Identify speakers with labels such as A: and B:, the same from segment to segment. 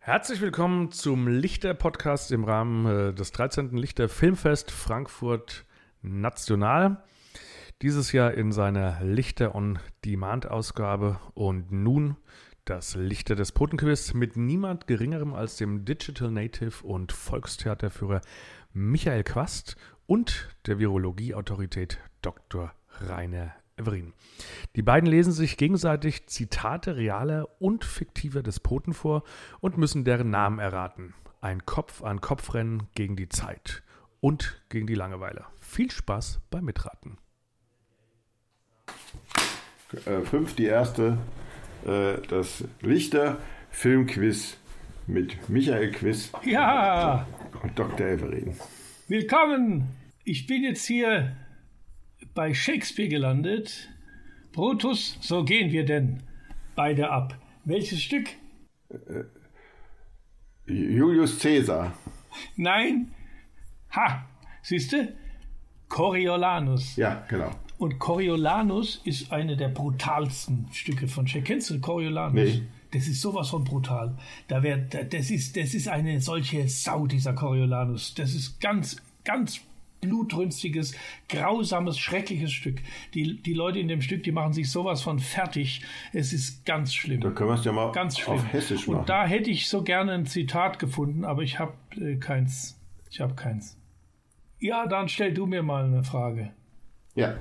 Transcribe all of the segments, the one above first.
A: Herzlich willkommen zum Lichter-Podcast im Rahmen äh, des 13. Lichter Filmfest Frankfurt National. Dieses Jahr in seiner Lichter on Demand Ausgabe und nun das Lichter des Potenquiz mit niemand geringerem als dem Digital Native und Volkstheaterführer Michael Quast und der Virologie-Autorität Dr. Rainer Everin. Die beiden lesen sich gegenseitig Zitate realer und fiktiver Despoten vor und müssen deren Namen erraten. Ein Kopf-an-Kopf-Rennen gegen die Zeit und gegen die Langeweile. Viel Spaß beim Mitraten.
B: Äh, fünf, die erste, äh, das Lichter Filmquiz mit Michael Quiz
C: Ja,
B: und Dr. Everin.
C: willkommen. Ich bin jetzt hier bei Shakespeare gelandet. Brutus, so gehen wir denn beide ab. Welches Stück?
B: Julius Caesar.
C: Nein. Ha, siehste? Coriolanus.
B: Ja, genau.
C: Und Coriolanus ist eine der brutalsten Stücke von Shakespeare. Kennst du Coriolanus?
B: Nee.
C: Das ist sowas von brutal. Da wär, da- das, ist, das ist eine solche Sau, dieser Coriolanus. Das ist ganz, ganz blutrünstiges, grausames, schreckliches Stück. Die, die Leute in dem Stück, die machen sich sowas von fertig. Es ist ganz schlimm.
B: Da können wir es ja mal
C: ganz schlimm.
B: auf Hessisch machen.
C: Und da hätte ich so gerne ein Zitat gefunden, aber ich habe äh, keins. Ich habe keins. Ja, dann stell du mir mal eine Frage.
B: Ja.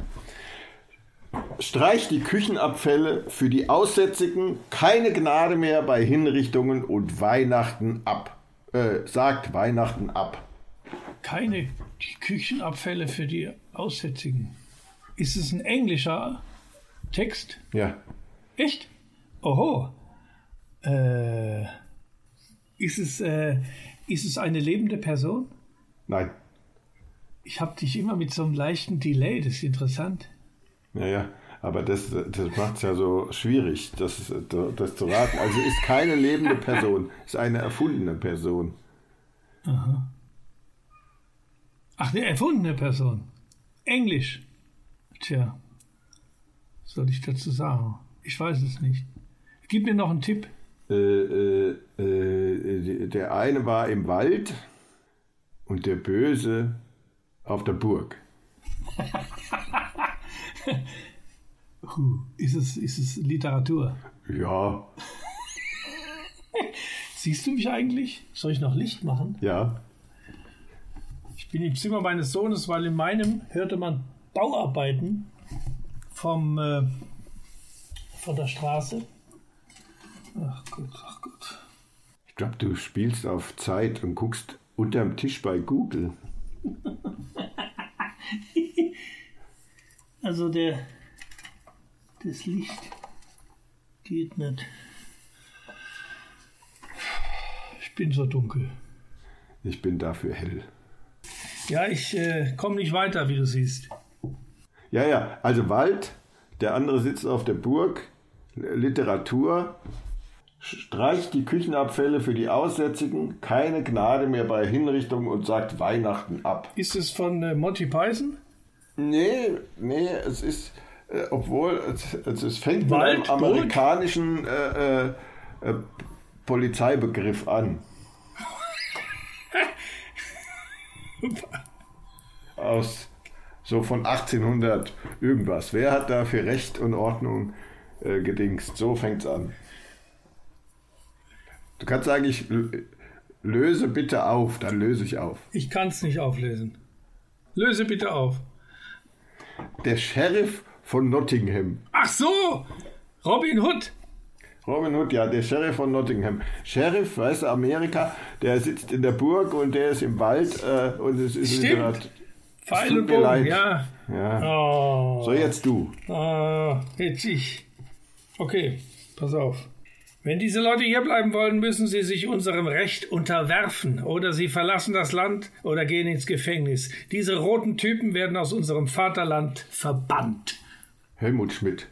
B: Streich die Küchenabfälle für die Aussätzigen, keine Gnade mehr bei Hinrichtungen und Weihnachten ab. Äh, sagt Weihnachten ab.
C: keine die Küchenabfälle für die Aussätzigen. Ist es ein englischer Text?
B: Ja.
C: Echt? Oho. Äh, ist, es, äh, ist es eine lebende Person?
B: Nein.
C: Ich habe dich immer mit so einem leichten Delay, das ist interessant.
B: Naja, aber das, das macht es ja so schwierig, das, das zu raten. Also ist keine lebende Person, ist eine erfundene Person.
C: Ach, eine erfundene Person. Englisch. Tja, was soll ich dazu sagen? Ich weiß es nicht. Gib mir noch einen Tipp.
B: Äh, äh, äh, der eine war im Wald und der Böse auf der Burg.
C: Puh, ist es, ist es Literatur?
B: Ja,
C: Siehst du mich eigentlich? Soll ich noch Licht machen?
B: ja.
C: Ich bin im Zimmer meines Sohnes, weil in meinem hörte man Bauarbeiten vom, äh, von der Straße. Ach Gott, ach Gott.
B: Ich glaube, du spielst auf Zeit und guckst unterm Tisch bei Google.
C: Also der, das Licht geht nicht. Ich bin so dunkel.
B: Ich bin dafür hell.
C: Ja, ich äh, komme nicht weiter, wie du siehst.
B: Ja, ja, also Wald, der andere sitzt auf der Burg, Literatur, streicht die Küchenabfälle für die Aussätzigen, keine Gnade mehr bei Hinrichtungen und sagt Weihnachten ab.
C: Ist es von äh, Monty Python?
B: Nee, nee, es ist, äh, obwohl, es, es, es fängt
C: Wald,
B: mit einem amerikanischen äh, äh, äh, Polizeibegriff an. Aus so von 1800 irgendwas. Wer hat da für Recht und Ordnung äh, gedingst? So fängt's an. Du kannst sagen, ich l- löse bitte auf, dann löse ich auf.
C: Ich kann es nicht auflesen. Löse bitte auf.
B: Der Sheriff von Nottingham
C: Ach so! Robin Hood!
B: Robin Hood, ja, der Sheriff von Nottingham. Sheriff, weißt du, Amerika, der sitzt in der Burg und der ist im Wald äh, und es ist
C: Stimmt.
B: Literat-
C: Pfeil
B: tut
C: und
B: mir
C: Bogen,
B: leid.
C: ja.
B: Ja.
C: Oh,
B: So, jetzt du.
C: ah, jetzt ich. Okay, pass auf. Wenn diese Leute hier bleiben wollen, müssen sie sich unserem Recht unterwerfen oder sie verlassen das Land oder gehen ins Gefängnis. Diese roten Typen werden aus unserem Vaterland verbannt.
B: Helmut Schmidt.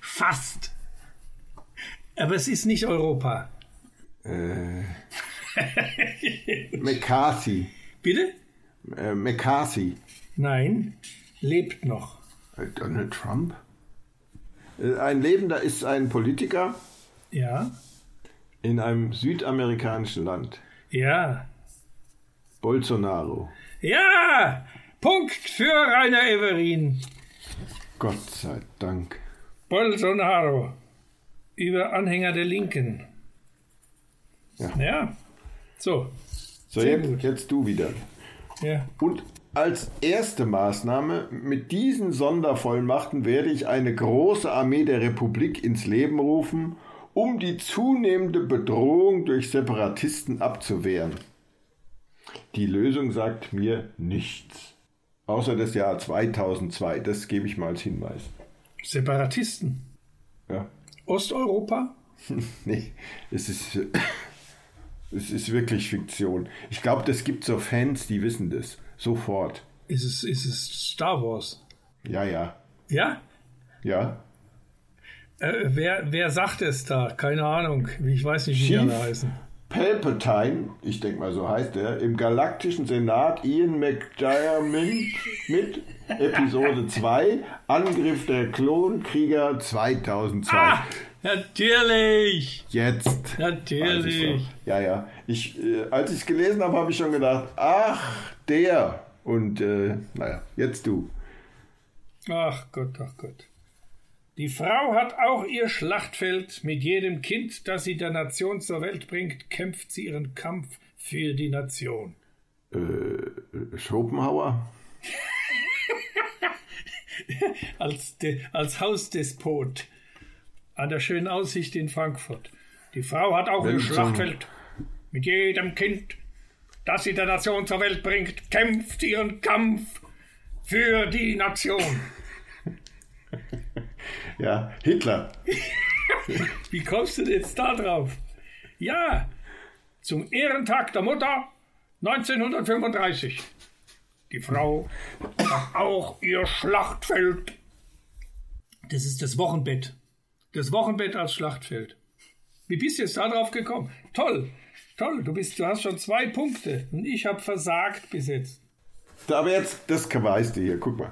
C: Fast. Aber es ist nicht Europa.
B: Äh, McCarthy.
C: Bitte?
B: Äh, McCarthy.
C: Nein, lebt noch.
B: Äh, Donald Trump? Äh, ein Lebender ist ein Politiker,
C: Ja,
B: in einem südamerikanischen Land.
C: Ja.
B: Bolsonaro.
C: Ja! Punkt für Rainer Everin.
B: Gott sei Dank.
C: Bolsonaro. Über Anhänger der Linken.
B: Ja.
C: Ja. So.
B: So,
C: Sehr
B: jetzt,
C: gut.
B: jetzt du wieder.
C: Ja.
B: Und als erste Maßnahme, mit diesen Sondervollmachten werde ich eine große Armee der Republik ins Leben rufen, um die zunehmende Bedrohung durch Separatisten abzuwehren. Die Lösung sagt mir nichts. Außer das Jahr 2002, das gebe ich mal als Hinweis.
C: Separatisten.
B: Ja.
C: Osteuropa?
B: Nee, es ist, es ist wirklich Fiktion. Ich glaube, das gibt so Fans, die wissen das. Sofort.
C: Ist es, ist es Star Wars?
B: Ja, ja.
C: Ja?
B: Ja.
C: Äh, wer, wer sagt es da? Keine Ahnung. Ich weiß nicht, wie die
B: Chief
C: alle heißen.
B: Palpatine, ich denke mal so heißt er, im galaktischen Senat Ian McDiarmid mit Episode 2, Angriff der Klonkrieger 2002.
C: Ah, natürlich!
B: Jetzt. weiß ich's
C: Natürlich.
B: noch. Ja, ja. Ich, äh, als ich es gelesen habe, habe ich schon gedacht, ach, der. Und äh, naja, jetzt du.
C: Ach Gott, ach Gott. Die Frau hat auch ihr Schlachtfeld. Mit jedem Kind, das sie der Nation zur Welt bringt, kämpft sie ihren Kampf für die Nation.
B: Äh, Schopenhauer?
C: Als, de, als Hausdespot an der schönen Aussicht in Frankfurt. Die Frau hat auch ihr
B: Wenn zum-
C: Schlachtfeld. Mit jedem Kind, das sie der Nation zur Welt bringt, kämpft sie ihren Kampf für die Nation.
B: Ja, Hitler.
C: Wie kommst du denn jetzt da drauf? Ja, zum Ehrentag der Mutter 1935. Die Frau hat auch ihr Schlachtfeld. Das ist das Wochenbett. Das Wochenbett als Schlachtfeld. Wie bist du jetzt da drauf gekommen? Toll, toll, du, bist, du hast schon zwei Punkte und ich habe versagt bis jetzt.
B: Aber jetzt, das weißt du hier, guck mal.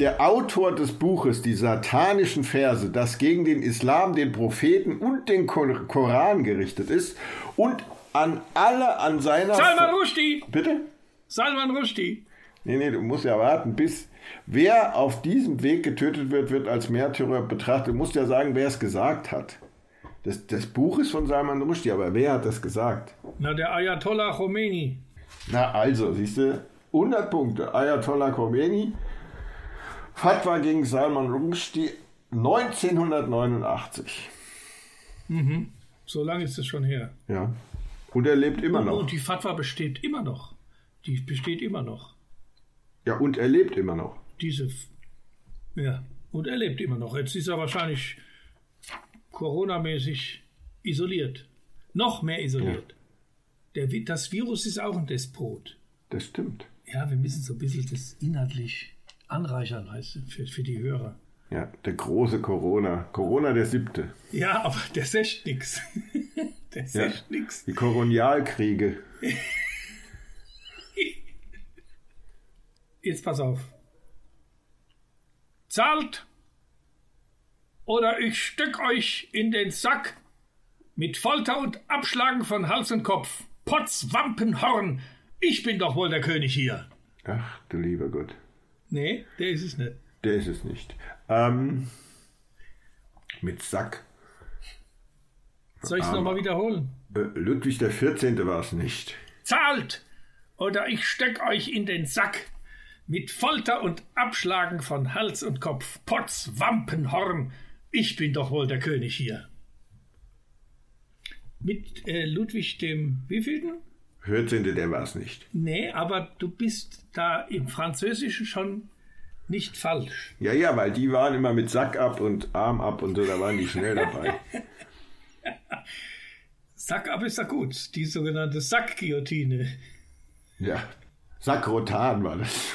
B: Der Autor des Buches, die satanischen Verse, das gegen den Islam, den Propheten und den Kor- Koran gerichtet ist und an alle an seiner...
C: Salman Rushdie,
B: Bitte?
C: Salman Rushdie.
B: Nee, nee, du musst ja warten, bis... Wer auf diesem Weg getötet wird, wird als Märtyrer betrachtet. Du musst ja sagen, wer es gesagt hat. Das, das Buch ist von Salman Rushdie, aber wer hat das gesagt?
C: Na, der Ayatollah Khomeini.
B: Na also, siehst du, 100 Punkte. Ayatollah Khomeini, Fatwa gegen Salman Rushdie 1989.
C: So lange ist es schon her.
B: Ja. Und er lebt immer noch.
C: Und Oh, die Fatwa besteht immer noch. Die besteht immer noch.
B: Ja, und er lebt immer noch.
C: Diese. F- Ja, und er lebt immer noch. Jetzt ist er wahrscheinlich coronamäßig isoliert. Noch mehr isoliert. Der, Vi- das Virus ist auch ein Despot.
B: Das stimmt.
C: Ja, wir müssen so ein bisschen das inhaltlich anreichern, heißt es, für, für die Hörer.
B: Ja, der große Corona. Corona der siebte.
C: Ja, aber der ist echt nix. Der ist
B: Ja.
C: echt nix.
B: Die Kolonialkriege.
C: Jetzt pass auf. Zahlt oder ich stück euch in den Sack mit Folter und Abschlagen von Hals und Kopf. Potz, Wampenhorn, ich bin doch wohl der König hier.
B: Ach, du lieber Gott.
C: Nee, der ist es nicht.
B: Der ist es nicht. Ähm, mit Sack.
C: Soll ich es nochmal wiederholen?
B: Äh, Ludwig der 14. war es nicht.
C: Zahlt oder ich steck euch in den Sack mit Folter und Abschlagen von Hals und Kopf. Potz, Wampenhorn, ich bin doch wohl der König hier. Mit äh, Ludwig dem wievielten?
B: 14. der war es nicht.
C: Nee, aber du bist da im Französischen schon nicht falsch.
B: Ja, ja, weil die waren immer mit Sack ab und Arm ab und so, da waren die schnell dabei.
C: Sack ab ist ja gut, die sogenannte Sackguillotine.
B: ja. Sackrotan war das.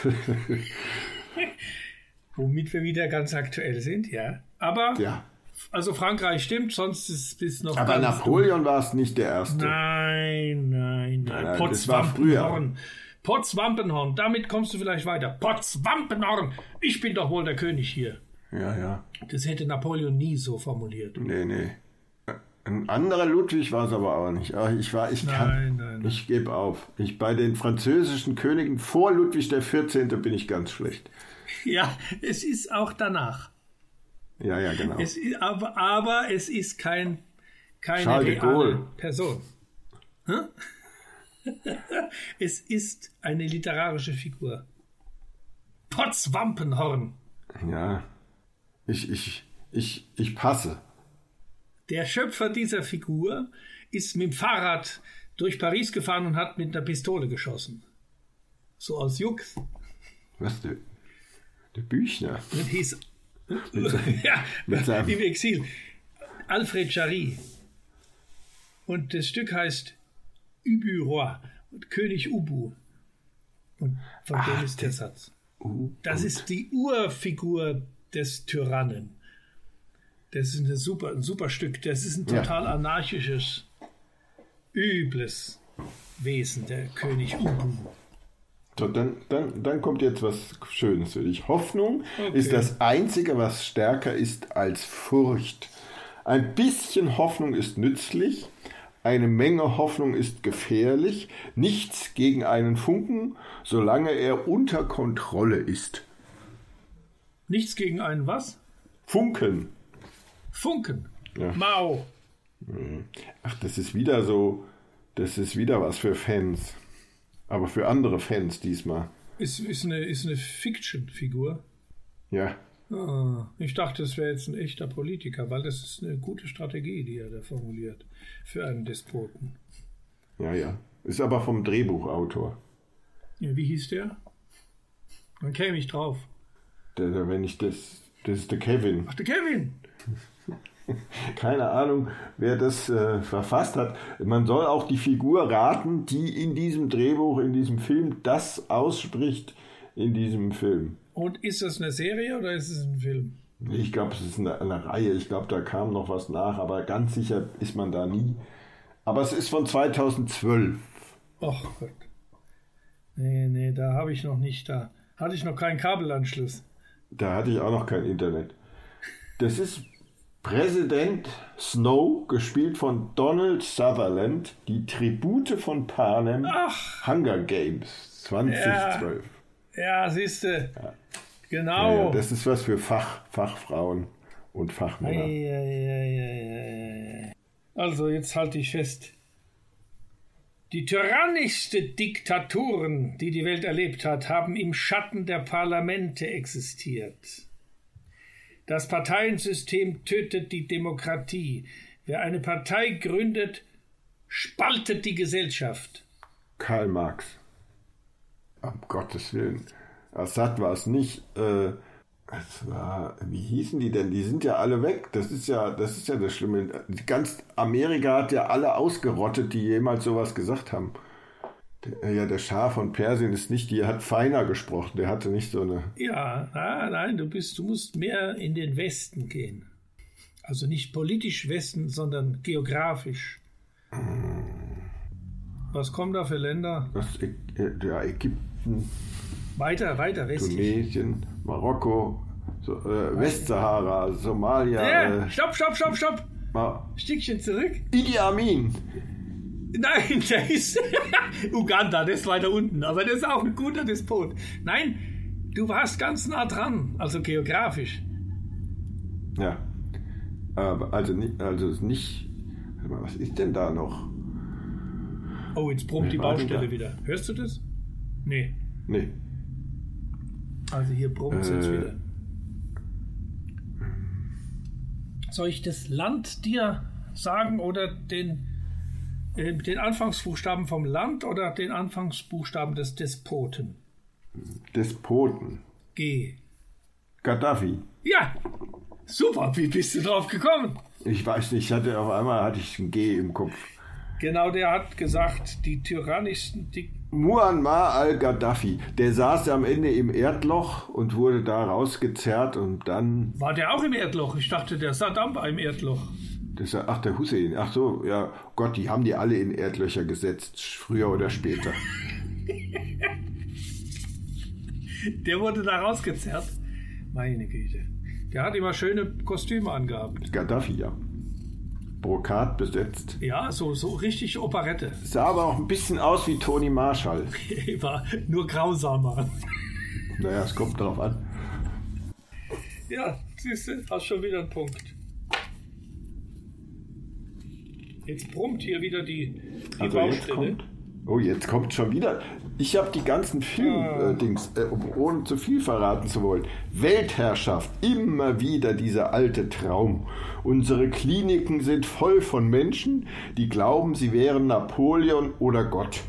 C: Womit wir wieder ganz aktuell sind, ja. Aber,
B: ja.
C: also Frankreich stimmt, sonst ist es noch
B: Aber
C: ganz
B: Napoleon war es nicht der Erste.
C: Nein, nein, nein.
B: nein, das war
C: Potzwampenhorn. Potzwampenhorn. Damit kommst du vielleicht weiter. Potzwampenhorn. Ich bin doch wohl der König hier.
B: Ja, ja.
C: Das hätte Napoleon nie so formuliert.
B: Nee, nee. Ein anderer Ludwig war es aber auch nicht. Ach, Ich war, ich kann,
C: Nein, nein, nein.
B: ich gebe auf. Ich bei den französischen Königen vor Ludwig der 14. bin ich ganz schlecht.
C: Ja, es ist auch danach.
B: Ja, ja, genau.
C: Es ist, aber, aber es ist kein, keine
B: Charles de
C: reale
B: Gaulle.
C: Person. Hä? es ist eine literarische Figur. Potzwampenhorn,
B: Ja. Ich, ich, ich, ich passe.
C: der Schöpfer dieser Figur, ist mit dem Fahrrad durch Paris gefahren und hat mit einer Pistole geschossen. So aus Jux.
B: Was der, der Büchner.
C: Das hieß. ja,
B: mit seinem-
C: im Exil. Alfred Jarry. Und das Stück heißt Ubu Roi, und König Ubu. Und von
B: Ah,
C: dem ist der Satz. Das ist die Urfigur des Tyrannen. Das ist eine super, ein super Stück. Das ist ein
B: Ja.
C: total anarchisches, übles Wesen, der König Ubu.
B: So, dann, dann, dann kommt jetzt was Schönes für dich. Hoffnung
C: Okay.
B: ist das Einzige, was stärker ist als Furcht. Ein bisschen Hoffnung ist nützlich, eine Menge Hoffnung ist gefährlich, nichts gegen einen Funken, solange er unter Kontrolle ist.
C: Nichts gegen einen was?
B: Funken.
C: Funken.
B: Ja.
C: Mao.
B: Ach, das ist wieder so, das ist wieder was für Fans. Aber für andere Fans diesmal.
C: Ist, ist eine, ist eine Fiction-Figur.
B: Ja,
C: Ah, ich dachte, es wäre jetzt ein echter Politiker, weil das ist eine gute Strategie, die er da formuliert für einen Despoten.
B: ja, ja. Ist aber vom Drehbuchautor.
C: Ja, wie hieß der? Dann käme ich drauf.
B: Der, der, wenn ich das, das ist der Kevin.
C: Ach, der Kevin!
B: Keine Ahnung, wer das äh, verfasst hat. Man soll auch die Figur raten, die in diesem Drehbuch, in diesem Film das ausspricht in diesem Film.
C: Und ist das eine Serie oder ist es ein Film?
B: Ich glaube, es ist eine, eine Reihe. Ich glaube, da kam noch was nach, aber ganz sicher ist man da nie. Aber es ist von 2012.
C: Och Gott. Nee, nee, da habe ich noch nicht da. Hatte ich noch keinen Kabelanschluss.
B: Da hatte ich auch noch kein Internet. Das ist Präsident Snow, gespielt von Donald Sutherland, die Tribute von Panem, Hunger Games 2012.
C: Ja, siehste.
B: Ja, ja,
C: Genau.
B: das ist was für Fach, Fachfrauen und Fachmänner.
C: Eieieiei. Also, jetzt halte ich fest. Die tyrannischste Diktaturen, die die Welt erlebt hat, haben im Schatten der Parlamente existiert. Das Parteiensystem tötet die Demokratie. Wer eine Partei gründet, spaltet die Gesellschaft.
B: Karl Marx. Um Gottes Willen. Assad war es nicht. Äh, es war, wie hießen die denn? Die sind ja alle weg. Das ist ja, das ist ja das Schlimme. Ganz Amerika hat ja alle ausgerottet, die jemals sowas gesagt haben. Der, ja, der Schah von Persien ist nicht, die hat feiner gesprochen. Der hatte nicht so eine.
C: Ja, ah, nein, du bist, du musst mehr in den Westen gehen. Also nicht politisch Westen, sondern geografisch. Was kommen da für Länder?
B: Das, Ä- äh, ja, Ägypten,
C: Weiter, weiter westlich.
B: Tunesien, Marokko, so, äh, Westsahara, Somalia,
C: Äh,
B: äh,
C: stopp, stopp, stopp, stopp.
B: Ma
C: Stückchen zurück.
B: Idi Amin.
C: Nein, der ist Uganda, der ist weiter unten, aber der ist auch ein guter Despot. Nein, du warst ganz nah dran, also geografisch.
B: Ja. Aber also nicht, also es nicht. Warte mal, Was ist denn da noch?
C: Oh, jetzt brummt die
B: war denn
C: Baustelle
B: da?
C: wieder. Hörst du das? Nee,
B: Nee.
C: Also hier brummt es jetzt
B: Äh.
C: wieder. Soll ich das Land dir sagen oder den, äh, den Anfangsbuchstaben vom Land oder den Anfangsbuchstaben des Despoten?
B: Despoten.
C: G.
B: Gaddafi.
C: Ja, super, wie bist du drauf gekommen?
B: Ich weiß nicht, ich hatte auf einmal hatte ich ein G im Kopf.
C: Genau, der hat gesagt, die tyrannischsten Dik
B: Muammar al-Gaddafi. Der saß am Ende im Erdloch und wurde da rausgezerrt und dann.
C: War der auch im Erdloch? Ich dachte, der Saddam war im Erdloch.
B: Das, ach, der Hussein. Ach so, ja. Gott, die haben die alle in Erdlöcher gesetzt. Früher oder später.
C: Der wurde da rausgezerrt. Meine Güte. Der hat immer schöne Kostüme angehabt.
B: Gaddafi, ja. Brokat besetzt.
C: Ja, so, so richtig Operette.
B: Sah aber auch ein bisschen aus wie Toni Marshall.
C: War nur grausamer.
B: Naja, es kommt darauf an.
C: Ja, siehst du, hast schon wieder einen Punkt. Jetzt brummt hier wieder die, die
B: Also jetzt
C: Baustelle.
B: kommt, oh, jetzt kommt schon wieder. Ich habe die ganzen
C: Ah.
B: Film-Dings, äh, um, ohne zu viel verraten zu wollen. Weltherrschaft, immer wieder dieser alte Traum. Unsere Kliniken sind voll von Menschen, die glauben, sie wären Napoleon oder Gott.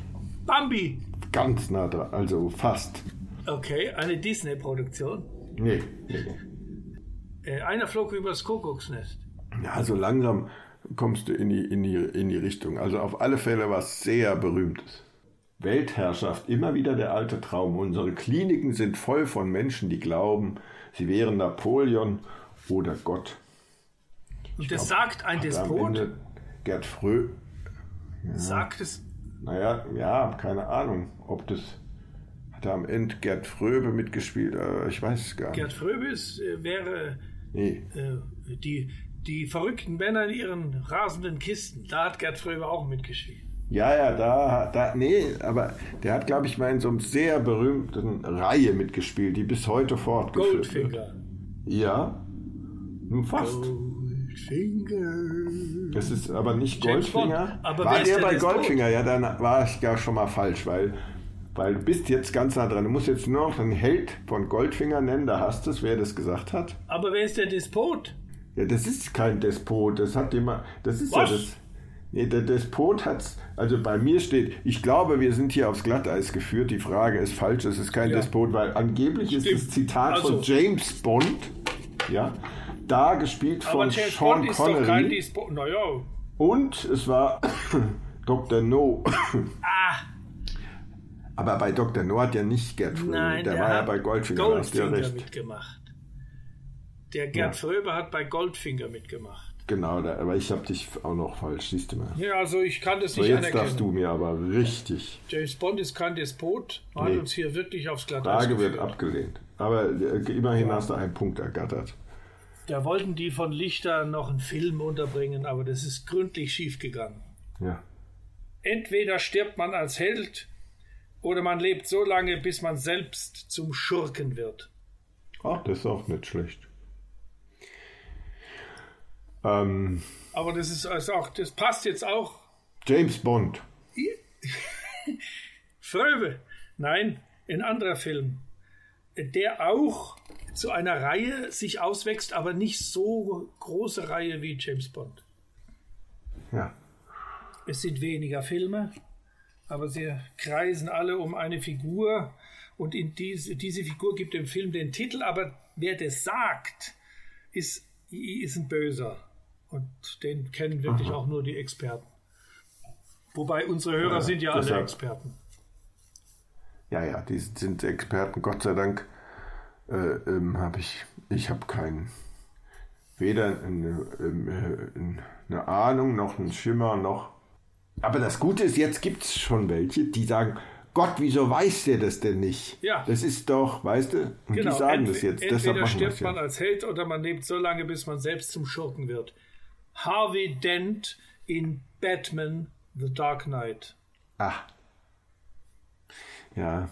C: Bambi!
B: Ganz nah dran, also fast.
C: Okay, eine Disney-Produktion.
B: Nee, nee, nee.
C: Äh, einer flog übers Kuckucksnest.
B: Ja, so langsam kommst du in die, in, die, in die Richtung. Also auf alle Fälle was sehr Berühmtes. Weltherrschaft, immer wieder der alte Traum. Unsere Kliniken sind voll von Menschen, die glauben, sie wären Napoleon oder Gott.
C: Und das sagt ein
B: Hat am
C: Despot.
B: Ende Gerd Frö.
C: Sagt es.
B: Naja, ja, keine Ahnung, ob das. Hat er am Ende Gerd Fröbe mitgespielt? Äh, Ich weiß es gar nicht.
C: Gerd Fröbis äh, wäre
B: Nee.
C: äh, die, die verrückten Männer in ihren rasenden Kisten. Da hat Gerd Fröbe auch mitgespielt.
B: Ja, ja, da, da, nee, aber der hat, glaube ich, mal in so einer sehr berühmten Reihe mitgespielt, die bis heute fortgeführt wird.
C: Goldfinger.
B: Ja, nun fast.
C: Goldfinger.
B: Das ist aber nicht
C: James
B: Goldfinger.
C: Bond. Aber wer
B: war
C: ist
B: der
C: denn
B: bei
C: jetzt
B: Goldfinger? Ja, dann war ich ja schon mal falsch, weil, weil du bist jetzt ganz nah dran. Du musst jetzt nur noch den Held von Goldfinger nennen, da hast du es, wer das gesagt hat.
C: Aber wer ist der Despot?
B: Ja, das ist kein Despot, das hat jemand, das ist
C: Was?
B: ja das. Nee, der Despot hat's, also bei mir steht, ich glaube, wir sind hier aufs Glatteis geführt, die Frage ist falsch, es ist kein
C: Ja.
B: Despot, weil angeblich
C: Stimmt.
B: ist das Zitat
C: Also-
B: von James Bond, ja, da gespielt
C: Aber
B: von
C: James
B: Sean
C: Bond ist doch kein
B: Connery
C: Despot. Naja,
B: und es war Dr. No.
C: ah,
B: Aber bei Dr. No hat ja nicht Gerd Fröhlich,
C: nein.
B: der, war ja bei Goldfinger, da hast du ja
C: Goldfinger
B: recht.
C: mitgemacht. Der Gerd Fröbe hat bei Goldfinger mitgemacht.
B: Genau, da, aber ich habe dich auch noch falsch, siehst du mal.
C: Ja, also ich kann das
B: So,
C: nicht
B: jetzt darfst
C: anerkennen.
B: du mir aber richtig.
C: James Bond ist kein Despot, hat
B: Nee.
C: uns hier wirklich aufs Glatteis
B: Frage wird
C: geführt.
B: abgelehnt. Aber äh, immerhin hast du einen Punkt ergattert.
C: Da wollten die von Lichter noch einen Film unterbringen, aber das ist gründlich schiefgegangen.
B: Ja.
C: Entweder stirbt man als Held oder man lebt so lange, bis man selbst zum Schurken wird.
B: Ach, das ist auch nicht schlecht. Ähm,
C: Aber das ist also auch, das passt jetzt auch.
B: James Bond.
C: Fröbe. Nein, ein anderer Film, der auch zu einer Reihe sich auswächst, aber nicht so große Reihe wie James Bond.
B: Ja.
C: Es sind weniger Filme, aber sie kreisen alle um eine Figur und in diese, diese Figur gibt dem Film den Titel, aber wer das sagt, ist, ist ein Böser. Und den kennen wirklich auch nur die Experten. Wobei unsere Hörer
B: Ja,
C: sind ja alle
B: deshalb.
C: Experten.
B: Ja, ja, die sind Experten, Gott sei Dank. Äh, ähm, habe ich, ich habe keinen, weder eine, ähm, äh, eine Ahnung, noch einen Schimmer, noch. Aber das Gute ist, jetzt gibt es schon welche, die sagen, Gott, wieso weiß der das denn nicht?
C: Ja.
B: Das ist doch, weißt du, und die sagen das
C: entwe-
B: jetzt, deshalb
C: Genau, Entweder
B: machen wir es
C: stirbt man
B: jetzt.
C: als Held oder man lebt so lange, bis man selbst zum Schurken wird. Harvey Dent in Batman The Dark Knight.
B: Ah. Ja.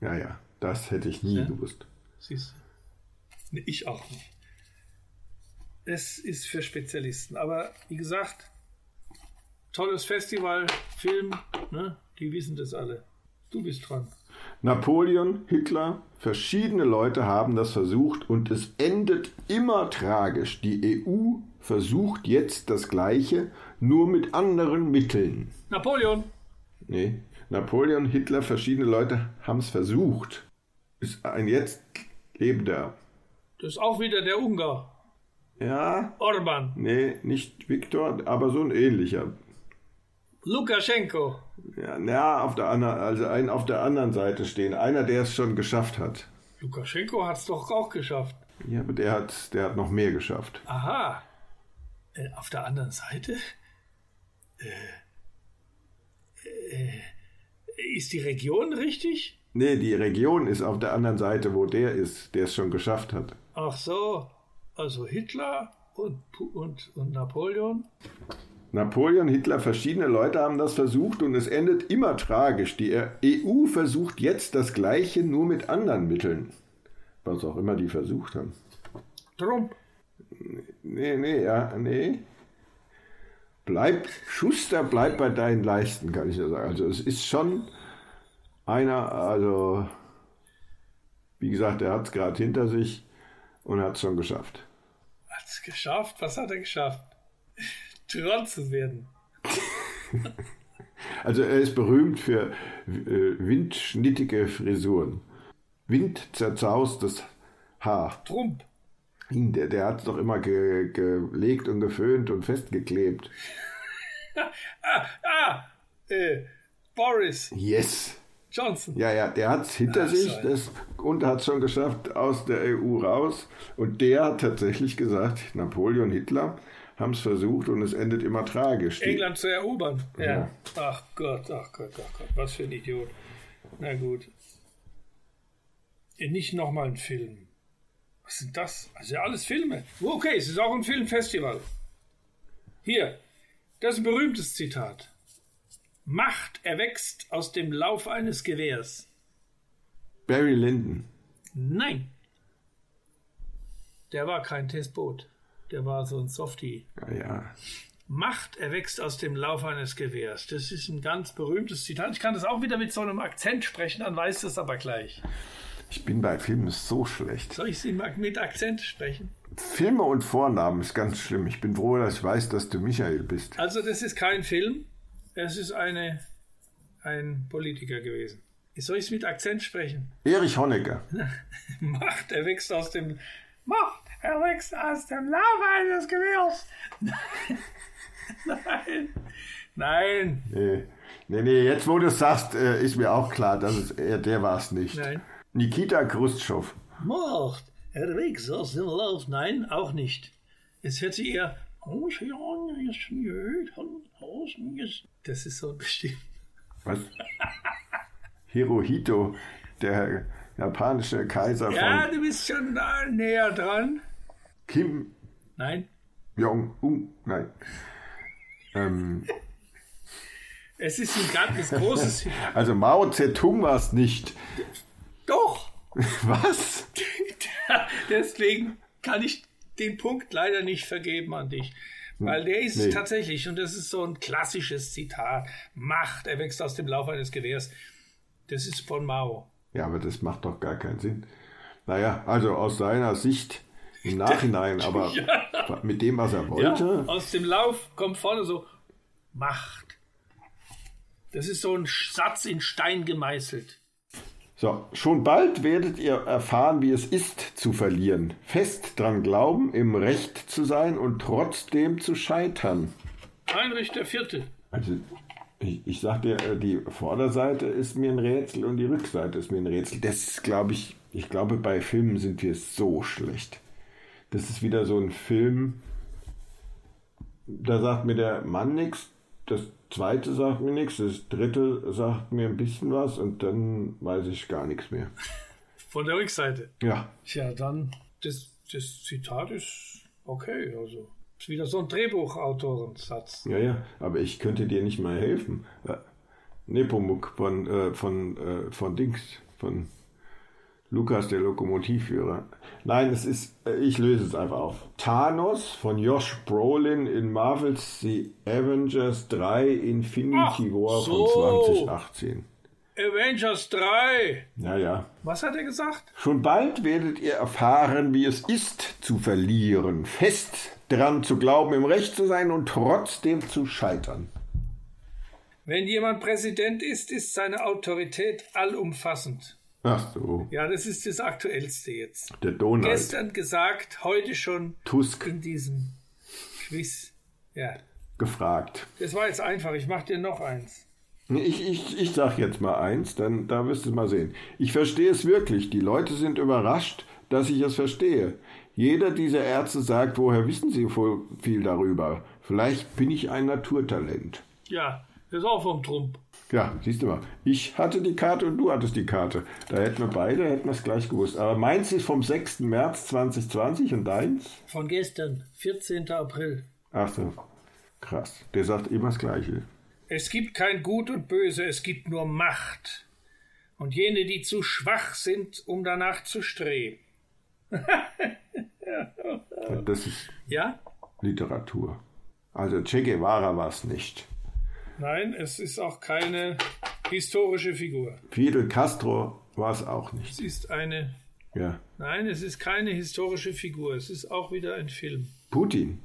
B: Ja, ja, das hätte ich nie gewusst.
C: Siehst du? Nee, ich auch nicht. Es ist für Spezialisten. Aber wie gesagt, tolles Festival, Film, ne? die wissen das alle. Du bist dran.
B: Napoleon, Hitler, verschiedene Leute haben das versucht und es endet immer tragisch. Die EU versucht jetzt das Gleiche, nur mit anderen Mitteln.
C: Napoleon!
B: Nee, Napoleon, Hitler, verschiedene Leute haben es versucht. Ist ein jetzt lebender.
C: Das ist auch wieder der Ungar.
B: Ja,
C: Orban.
B: nee, nicht Viktor, aber so ein ähnlicher.
C: Lukaschenko.
B: Ja, na, auf der anderen, also ein auf der anderen Seite stehen. Einer, der es schon geschafft hat.
C: Lukaschenko hat es doch auch geschafft.
B: Ja, aber der hat, der hat noch mehr geschafft.
C: Aha. Äh, auf der anderen Seite äh, äh, ist die Region richtig?
B: Nee, die Region ist auf der anderen Seite, wo der ist, der es schon geschafft hat.
C: Ach so. Also Hitler, und, und, und Napoleon?
B: Napoleon, Hitler, verschiedene Leute haben das versucht und es endet immer tragisch. Die EU versucht jetzt das Gleiche nur mit anderen Mitteln. Was auch immer die versucht haben.
C: Trump.
B: Nee, nee, ja, nee. Bleib, Schuster, bleib bei deinen Leisten, kann ich ja sagen. Also es ist schon einer, also wie gesagt, er hat es gerade hinter sich und hat es schon geschafft.
C: Hat es geschafft? Was hat er geschafft? Trotz werden.
B: Also er ist berühmt für äh, windschnittige Frisuren. Windzerzaustes Haar. Hm,
C: Trump.
B: Der, der hat es doch immer ge, gelegt und geföhnt und festgeklebt.
C: ah, ah, äh, Boris
B: Yes.
C: Johnson.
B: Ja, ja, der hat es hinter
C: Ach,
B: sich
C: sorry.
B: das, und hat es schon geschafft aus der EU raus. Und der hat tatsächlich gesagt, Napoleon, Hitler haben es versucht und es endet immer tragisch. Die-
C: England zu erobern. Ja.
B: Ja.
C: Ach Gott, ach Gott, ach Gott, was für ein Idiot. Na gut. Nicht nochmal ein Film. Was sind das? Also ja, alles Filme. Okay, es ist auch ein Filmfestival. Hier, das ist ein berühmtes Zitat. Macht erwächst aus dem Lauf eines Gewehrs.
B: Barry Lyndon.
C: Nein. Der war kein Testboot. Der war so ein Softie.
B: Ja, ja.
C: Macht erwächst aus dem Lauf eines Gewehrs. Das ist ein ganz berühmtes Zitat. Ich kann das auch wieder mit so einem Akzent sprechen, dann weiß das aber gleich.
B: Ich bin bei Filmen so schlecht.
C: Soll ich sie mal mit Akzent sprechen?
B: Filme und Vornamen ist ganz schlimm. Ich bin froh, dass ich weiß, dass du Michael bist.
C: Also, das ist kein Film. Es ist eine, ein Politiker gewesen. Soll ich es mit Akzent sprechen?
B: Erich Honecker.
C: Macht erwächst aus dem. Macht erwächst aus dem Lauf eines Gewehrs. Nein. Nein.
B: Nee, nee, nee, jetzt wo du es sagst, äh, ist mir auch klar, dass es, er, der war es nicht.
C: Nein.
B: Nikita Khrushchev.
C: Mord, Herwegs aus dem Lauf. Nein, auch nicht. Es hört sich eher. "Oh, Das ist so bestimmt.
B: Was? Hirohito, der japanische Kaiser
C: Ja,
B: von
C: du bist schon da näher dran.
B: Kim
C: Nein,
B: Jong-un. Nein. Ähm,
C: es ist ein ganz großes.
B: also Mao Zedong war es nicht.
C: Doch!
B: Was?
C: Deswegen kann ich den Punkt leider nicht vergeben an dich. Weil der ist
B: Nee.
C: tatsächlich, und das ist so ein klassisches Zitat: Macht, er wächst aus dem Lauf eines Gewehrs. Das ist von Mao.
B: Ja, aber das macht doch gar keinen Sinn. Naja, also aus seiner Sicht im Nachhinein, aber mit dem, was er wollte.
C: Ja, aus dem Lauf kommt vorne so Macht. Das ist so ein Satz in Stein gemeißelt.
B: So, schon bald werdet ihr erfahren, wie es ist zu verlieren. Fest dran glauben, im Recht zu sein und trotzdem zu scheitern.
C: Heinrich der Vierte.
B: Also, ich, ich sag dir, äh, die Vorderseite ist mir ein Rätsel und die Rückseite ist mir ein Rätsel. Das glaube ich, ich glaube, bei Filmen sind wir so schlecht. Das ist wieder so ein Film, da sagt mir der Mann nichts, das zweite sagt mir nichts, das dritte sagt mir ein bisschen was und dann weiß ich gar nichts mehr.
C: Von der Rückseite.
B: Ja,
C: Tja, dann. Das, das Zitat ist okay. Also. Ist wieder so ein Drehbuchautorensatz.
B: Ja, ja, aber ich könnte dir nicht mal helfen. Äh, Nepomuk von, äh, von, äh, von Dings, von Lukas, der Lokomotivführer. Nein, es ist, äh, ich löse es einfach auf. Thanos von Josh Brolin in Marvel's The Avengers 3 Infinity
C: Ach,
B: War
C: so.
B: von 2018.
C: Avengers 3.
B: Ja, ja.
C: Was hat er gesagt?
B: Schon bald werdet ihr erfahren, wie es ist zu verlieren, fest dran zu glauben, im Recht zu sein und trotzdem zu scheitern.
C: Wenn jemand Präsident ist, ist seine Autorität allumfassend.
B: Ach so,
C: Ja, das ist das Aktuellste jetzt.
B: der Donald.
C: Gestern gesagt, heute schon
B: Tusk
C: in diesem Quiz. Ja,
B: gefragt.
C: das war jetzt einfach. Ich mache dir noch eins.
B: Ich, ich, ich sag jetzt mal eins, dann da wirst du es mal sehen. Ich verstehe es wirklich. Die Leute sind überrascht, dass ich es verstehe. Jeder dieser Ärzte sagt, woher wissen sie voll viel darüber? Vielleicht bin ich ein Naturtalent.
C: Ja, Ist auch vom Trump.
B: Ja, siehst du mal. Ich hatte die Karte und du hattest die Karte. Da hätten wir beide, hätten wir es gleich gewusst. Aber meins ist vom 6. März 2020 und deins?
C: Von gestern, 14. April.
B: Ach so. Krass. Der sagt immer das Gleiche.
C: Es gibt kein Gut und Böse, es gibt nur Macht. Und jene, die zu schwach sind, um danach zu streben.
B: Das ist
C: Ja?
B: Literatur. Also Che Guevara war es nicht.
C: Nein, es ist auch keine historische Figur.
B: Fidel Castro war es auch nicht.
C: Es ist eine.
B: Ja.
C: Nein, es ist keine historische Figur. Es ist auch wieder ein Film.
B: Putin.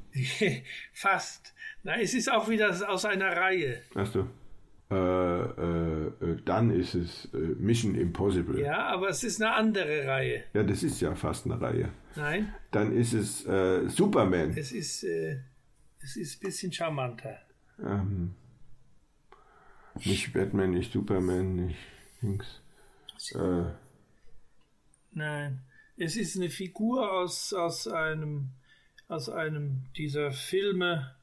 C: Fast. Nein, es ist auch wieder aus einer Reihe.
B: Weißt du? Äh, äh, äh, dann ist es äh, Mission Impossible.
C: Ja, aber es ist eine andere Reihe.
B: ja, das ist ja fast eine Reihe.
C: Nein,
B: Dann ist es äh, Superman.
C: es ist, äh, es ist ein bisschen charmanter.
B: Ähm, nicht Batman, nicht Superman, nicht Dings. Äh,
C: Nein, es ist eine Figur aus, aus einem aus einem dieser Filme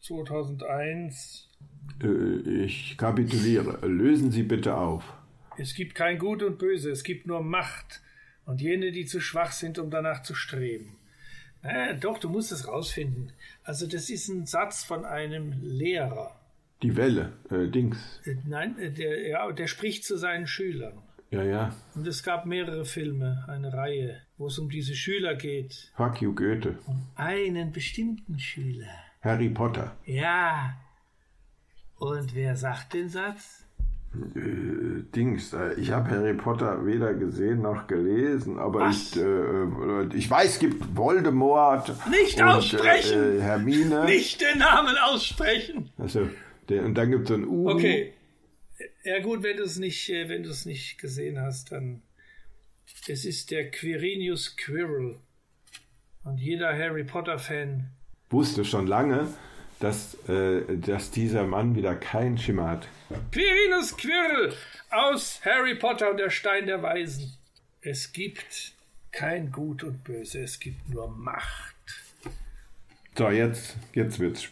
C: 2001.
B: äh, ich kapituliere. Lösen Sie bitte auf.
C: Es gibt kein Gut und Böse, es gibt nur Macht und jene, die zu schwach sind, um danach zu streben. Naja, doch, du musst es rausfinden. Also das ist ein Satz von einem Lehrer.
B: Die Welle. Äh, Dings.
C: Äh, Nein, äh, der, ja, der spricht zu seinen Schülern.
B: Ja, ja.
C: Und es gab mehrere Filme, eine Reihe, wo es um diese Schüler geht.
B: Fuck you, Goethe.
C: Einen bestimmten Schüler.
B: Harry Potter.
C: Ja. Und wer sagt den Satz?
B: Äh, Dings. Äh, ich habe Harry Potter weder gesehen noch gelesen, aber
C: Was?
B: ich, äh, äh, ich weiß, es gibt Voldemort.
C: Nicht
B: und,
C: aussprechen!
B: Äh, äh, Hermine.
C: Nicht den Namen aussprechen.
B: Also, der, und dann gibt es so ein U.
C: Okay. Ja gut, wenn du es nicht, äh, wenn du es nicht gesehen hast, dann es ist der Quirinius Quirrell. Und jeder Harry Potter Fan.
B: Wusste schon lange, dass, äh, dass dieser Mann wieder keinen Schimmer hat.
C: Quirinus Quirrell aus Harry Potter und der Stein der Weisen. Es gibt kein Gut und Böse, es gibt nur Macht.
B: So, jetzt, jetzt wird es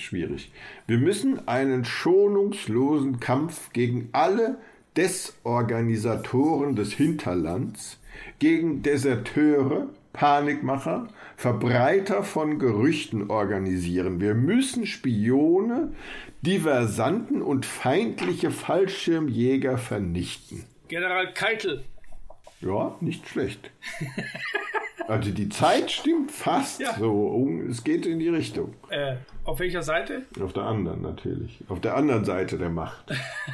B: schwierig. Wir müssen einen schonungslosen Kampf gegen alle Desorganisatoren des Hinterlands, gegen Deserteure, Panikmacher, Verbreiter von Gerüchten organisieren. Wir müssen Spione, Diversanten und feindliche Fallschirmjäger vernichten.
C: General Keitel.
B: Ja, nicht schlecht. Also die Zeit stimmt fast
C: Ja.
B: so. um- Es geht in die Richtung.
C: Äh, auf welcher Seite?
B: Auf der anderen natürlich. Auf der anderen Seite der Macht.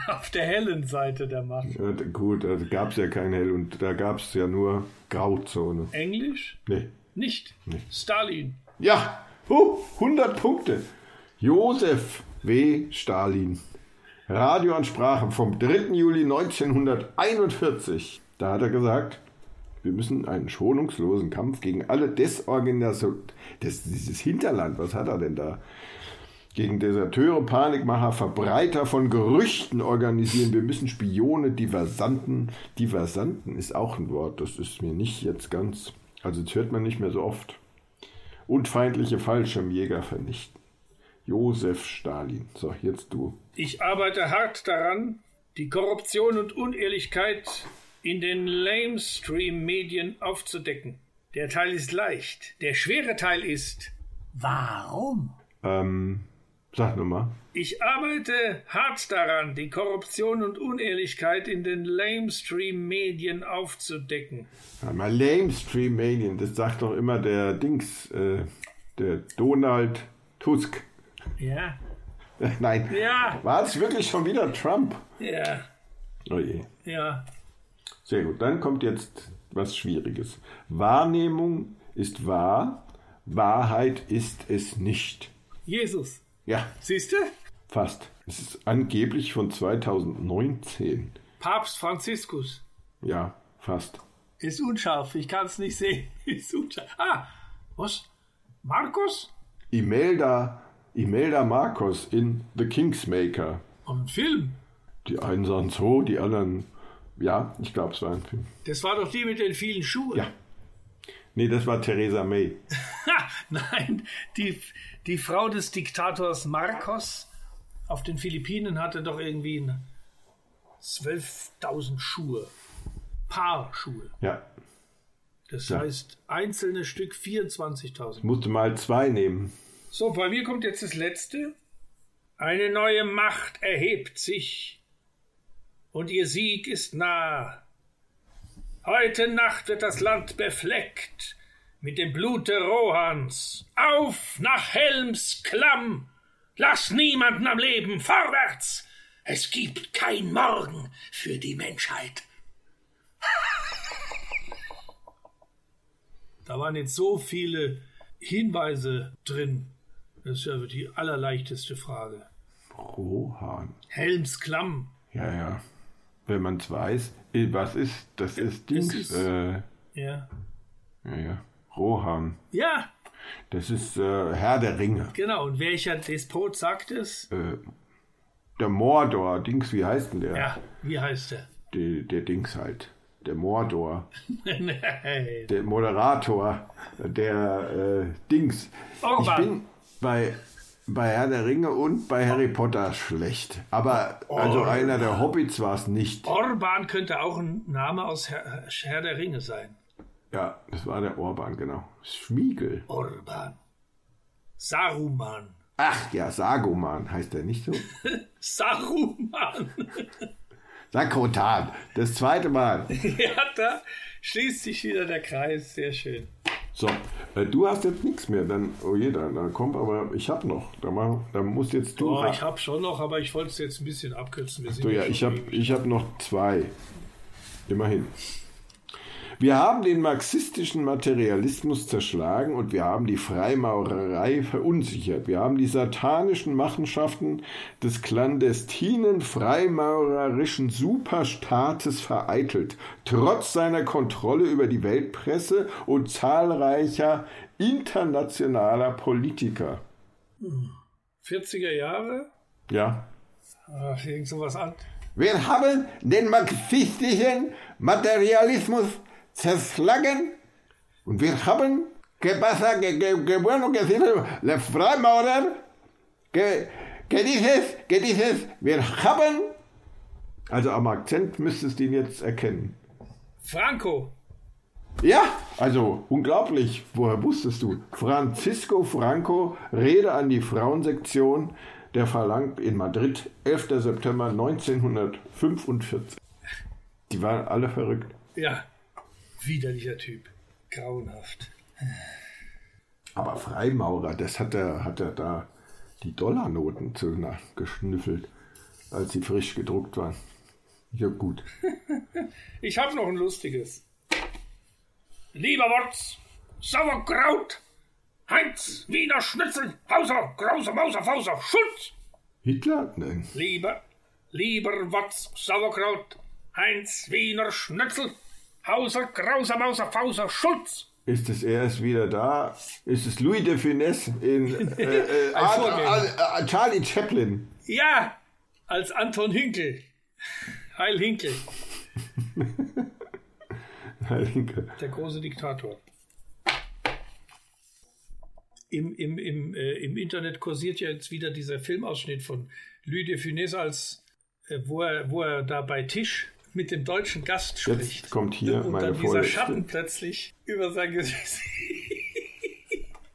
C: Auf der hellen Seite der Macht.
B: Ja, d- Gut, da gab es ja kein Hell und da gab es ja nur Grauzone.
C: Englisch?
B: Nee.
C: Nicht. Stalin.
B: Ja, huh, 100 Punkte. Josef W. Stalin. Radioansprache vom 3. Juli 1941. Da hat er gesagt, wir müssen einen schonungslosen Kampf gegen alle Desorganisation. Das, dieses Hinterland, was hat er denn da? Gegen Deserteure, Panikmacher, Verbreiter von Gerüchten organisieren. Wir müssen Spione, Diversanten. Diversanten ist auch ein Wort, das ist mir nicht jetzt ganz. Also, das hört man nicht mehr so oft und feindliche Fallschirmjäger vernichten. Josef Stalin. So, jetzt du.
C: Ich arbeite hart daran, die Korruption und Unehrlichkeit in den Lamestream-Medien aufzudecken. Der Teil ist leicht. Der schwere Teil ist. Warum?
B: Ähm, sag nochmal.
C: Ich arbeite hart daran, die Korruption und Unehrlichkeit in den Lamestream-Medien aufzudecken.
B: Einmal Lamestream Alien. Das sagt doch immer der Dings, äh, der Donald Tusk.
C: Ja.
B: Nein.
C: Ja.
B: War es wirklich schon wieder Trump?
C: Ja.
B: Oh je.
C: Ja.
B: Sehr gut. Dann kommt jetzt was Schwieriges. Wahrnehmung ist wahr. Wahrheit ist es nicht.
C: Jesus.
B: Ja,
C: Siehst du?
B: fast. Es ist angeblich von 2019.
C: Papst Franziskus.
B: Ja, fast.
C: Ist unscharf, ich kann es nicht sehen. Ist unscharf. Ah, was? Markus?
B: Imelda, Imelda Marcos in The Kingsmaker.
C: Und ein Film?
B: Die einen sagen so, die anderen. Ja, ich glaube, es war ein Film.
C: Das war doch die mit den vielen Schuhen.
B: Ja. Nee, das war Theresa May.
C: Ha, nein, die, die Frau des Diktators Marcos auf den Philippinen hatte doch irgendwie ein 12.000 Schuhe. Paar Schuhe.
B: Ja.
C: Das
B: Ja.
C: heißt, einzelne Stück 24.000.
B: Musste mal zwei nehmen.
C: So, bei mir kommt jetzt das letzte. Eine neue Macht erhebt sich und ihr Sieg ist nah. Heute Nacht wird das Land befleckt mit dem Blute Rohans. Auf nach Helms Klamm! Lass niemanden am Leben! Vorwärts! Es gibt kein Morgen für die Menschheit. Da waren jetzt so viele Hinweise drin. Das ist ja die allerleichteste Frage.
B: Rohan.
C: Helms Klamm.
B: Ja, ja. Wenn man es weiß, eh, was ist, das ist Dings.
C: ist-
B: Äh,
C: Ja.
B: ja, ja. Rohan.
C: Ja,
B: Das ist äh, Herr der Ringe.
C: genau. Und welcher Despot sagt es?
B: Äh, der Mordor. Dings, wie heißt denn der?
C: Ja, wie heißt er?
B: Der, der Dings halt. Der Mordor.
C: Nee.
B: Der Moderator. Der äh, Dings.
C: Orban.
B: Ich bin bei, bei Herr der Ringe und bei Harry Potter schlecht. Aber also einer der Hobbits war es nicht.
C: Orban könnte auch ein Name aus Herr, Herr der Ringe sein.
B: Ja, das war der Orban, genau. Schmiegel.
C: Orban. Saruman.
B: Ach ja, Sagoman heißt er nicht so.
C: Saruman.
B: Sakrotan, das zweite Mal.
C: ja, da schließt sich wieder der Kreis. Sehr schön.
B: So, äh, du hast jetzt nichts mehr. Dann, oh je, dann, dann komm, aber ich hab noch. Da, mach, da musst jetzt du.
C: Oh,
B: ra-
C: ich habe schon noch, aber ich wollte es jetzt ein bisschen abkürzen. Wir sind
B: so, ja,
C: schon
B: ich habe
C: irgendwie-
B: ich hab noch zwei. Immerhin. Wir haben den marxistischen Materialismus zerschlagen und wir haben die Freimaurerei verunsichert. Wir haben die satanischen Machenschaften des clandestinen freimaurerischen Superstaates vereitelt, trotz seiner Kontrolle über die Weltpresse und zahlreicher internationaler Politiker.
C: 40er Jahre?
B: Ja,
C: Ach, irgend sowas an.
B: Wir haben den marxistischen Materialismus zerschlagen und wir haben, que pasa, que, que, que bueno, que dices, la Freimaurer, que, que dices, que dices, wir haben. Also am Akzent müsstest du ihn jetzt erkennen.
C: Franco.
B: Ja, also unglaublich. Woher wusstest du? Francisco Franco, Rede an die Frauensektion der Verlangt in Madrid, 11. September 1945. Die waren alle verrückt.
C: Ja, widerlicher Typ. Grauenhaft.
B: Aber Freimaurer, das hat er, hat er da die Dollarnoten zu nachgeschnüffelt, als sie frisch gedruckt waren. Ja, gut.
C: Ich habe noch ein lustiges. Lieber Wurz, Sauerkraut, Heinz, Wiener Schnitzel, Hauser, Krauser, Mauser, Fauser, Schulz.
B: Hitler? Nein.
C: Lieber, lieber Wurz, Sauerkraut, Heinz, Wiener Schnitzel, Hauser, Krauser, Mauser, Fauser, Schulz.
B: Ist es erst wieder da? Ist es Louis de Funès in äh, äh, Ad-
C: Vorgänger.
B: Ad- äh, Charlie Chaplin?
C: Ja, als Anton Hinkel. Heil Hinkel,
B: Herr Linke.
C: der große Diktator. Im, im, im, äh, Im Internet kursiert ja jetzt wieder dieser Filmausschnitt von Louis de Funès, als, äh, wo, er, wo er da bei Tisch mit dem deutschen Gast spricht.
B: Jetzt kommt hier
C: und
B: meine
C: dann dieser
B: Vorletzte.
C: Schatten plötzlich über sein Gesicht.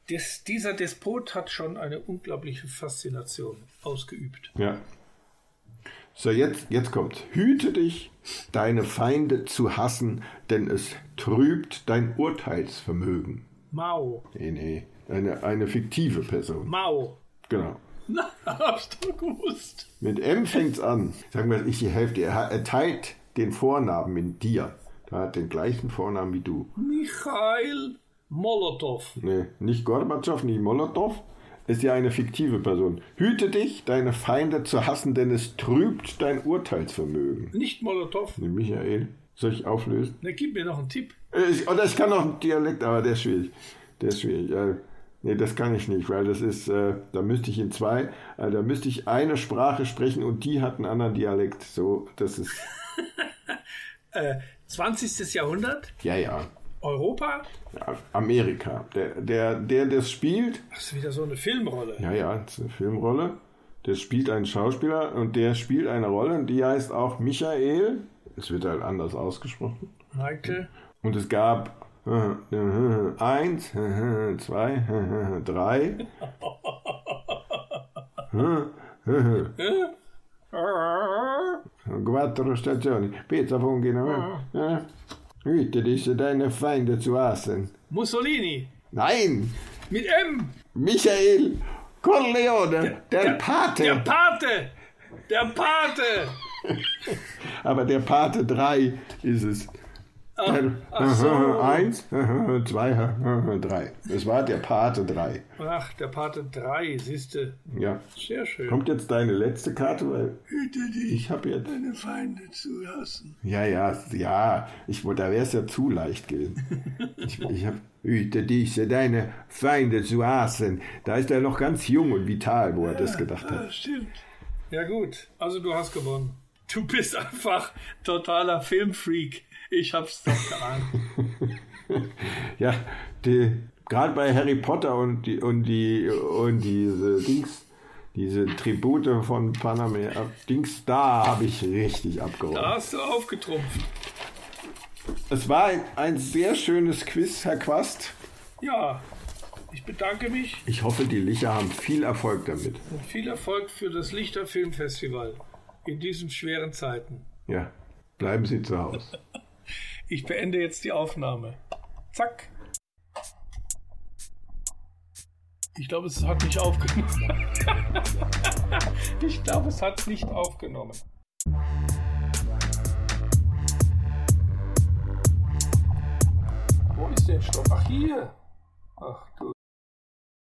C: Des, dieser Despot hat schon eine unglaubliche Faszination ausgeübt.
B: Ja. So, jetzt, jetzt kommt. Hüte dich, deine Feinde zu hassen, denn es trübt dein Urteilsvermögen.
C: Mao,
B: Nee, nee. Eine, eine fiktive Person.
C: Mao.
B: Genau.
C: Na, hab's doch gewusst.
B: Mit M fängt's an. Sagen wir, ich die Hälfte. Er, hat- er teilt den Vornamen mit dir. Er hat den gleichen Vornamen wie du.
C: Michael Molotow.
B: Nee, nicht Gorbatschow, nicht Molotow. Ist ja eine fiktive Person. Hüte dich, deine Feinde zu hassen, denn es trübt dein Urteilsvermögen.
C: Nicht Molotow.
B: Den Ne, Michael. Soll ich auflösen?
C: Na, gib mir noch einen Tipp.
B: Äh, Ich, oder ich kann noch einen Dialekt, aber der ist schwierig. Der ist schwierig. Äh, nee, das kann ich nicht, weil das ist, äh, da müsste ich in zwei, äh, da müsste ich eine Sprache sprechen und die hat einen anderen Dialekt. So, das ist,
C: Äh, 20. Jahrhundert,
B: ja, ja.
C: Europa.
B: Ja, Amerika. Der, der, der das spielt,
C: Das ist wieder so eine Filmrolle.
B: ja, ja, das ist eine Filmrolle. Das spielt ein Schauspieler und der spielt eine Rolle und die heißt auch Michael. Es wird halt anders ausgesprochen.
C: Michael.
B: Und es gab äh, äh, eins, äh, zwei, äh, äh, drei. Äh, äh, Quattro Stagioni. Pizza
C: Ah.
B: Fungina. Äh, hüte dich, deine Feinde zu hassen.
C: Mussolini.
B: Nein,
C: Mit M.
B: Michael Corleone, der
C: Der
B: Pate.
C: Pate. Der Pate.
B: Aber der Pate 3 ist es. Der,
C: Ah, ach so.
B: Eins, zwei, drei. Das war der Pate 3.
C: Ach, der Pate 3, siehste.
B: Ja.
C: Sehr schön.
B: Kommt jetzt deine letzte Karte, weil
C: Hüte dich,
B: ich habe jetzt.
C: deine Feinde zu hassen.
B: Ja, ja, ja. Ich, wo- da wäre es ja zu leicht gewesen. Ich, ich habe. Hüte dich, deine Feinde zu hassen. Da ist er noch ganz jung und vital, wo er das gedacht hat.
C: stimmt. Ja gut, also du hast gewonnen. Du bist einfach totaler Filmfreak. Ich hab's doch geahnt.
B: Ja, die, gerade bei Harry Potter und die und die und diese Dings, diese Tribute von Panama Dings, da habe ich richtig
C: Da
B: abgeräumt.
C: hast du aufgetrumpft.
B: Es war ein, ein sehr schönes Quiz, Herr Quast.
C: Ja, ich bedanke mich
B: Ich hoffe, die Licher haben viel Erfolg damit.
C: und viel Erfolg für das Lichter Filmfestival in diesen schweren Zeiten.
B: Ja, bleiben Sie zu Hause.
C: Ich beende jetzt die Aufnahme. Zack. Ich glaube, es hat nicht aufgenommen. ich glaube, es hat nicht aufgenommen. Wo ist der Stopp? Ach, hier. Ach du.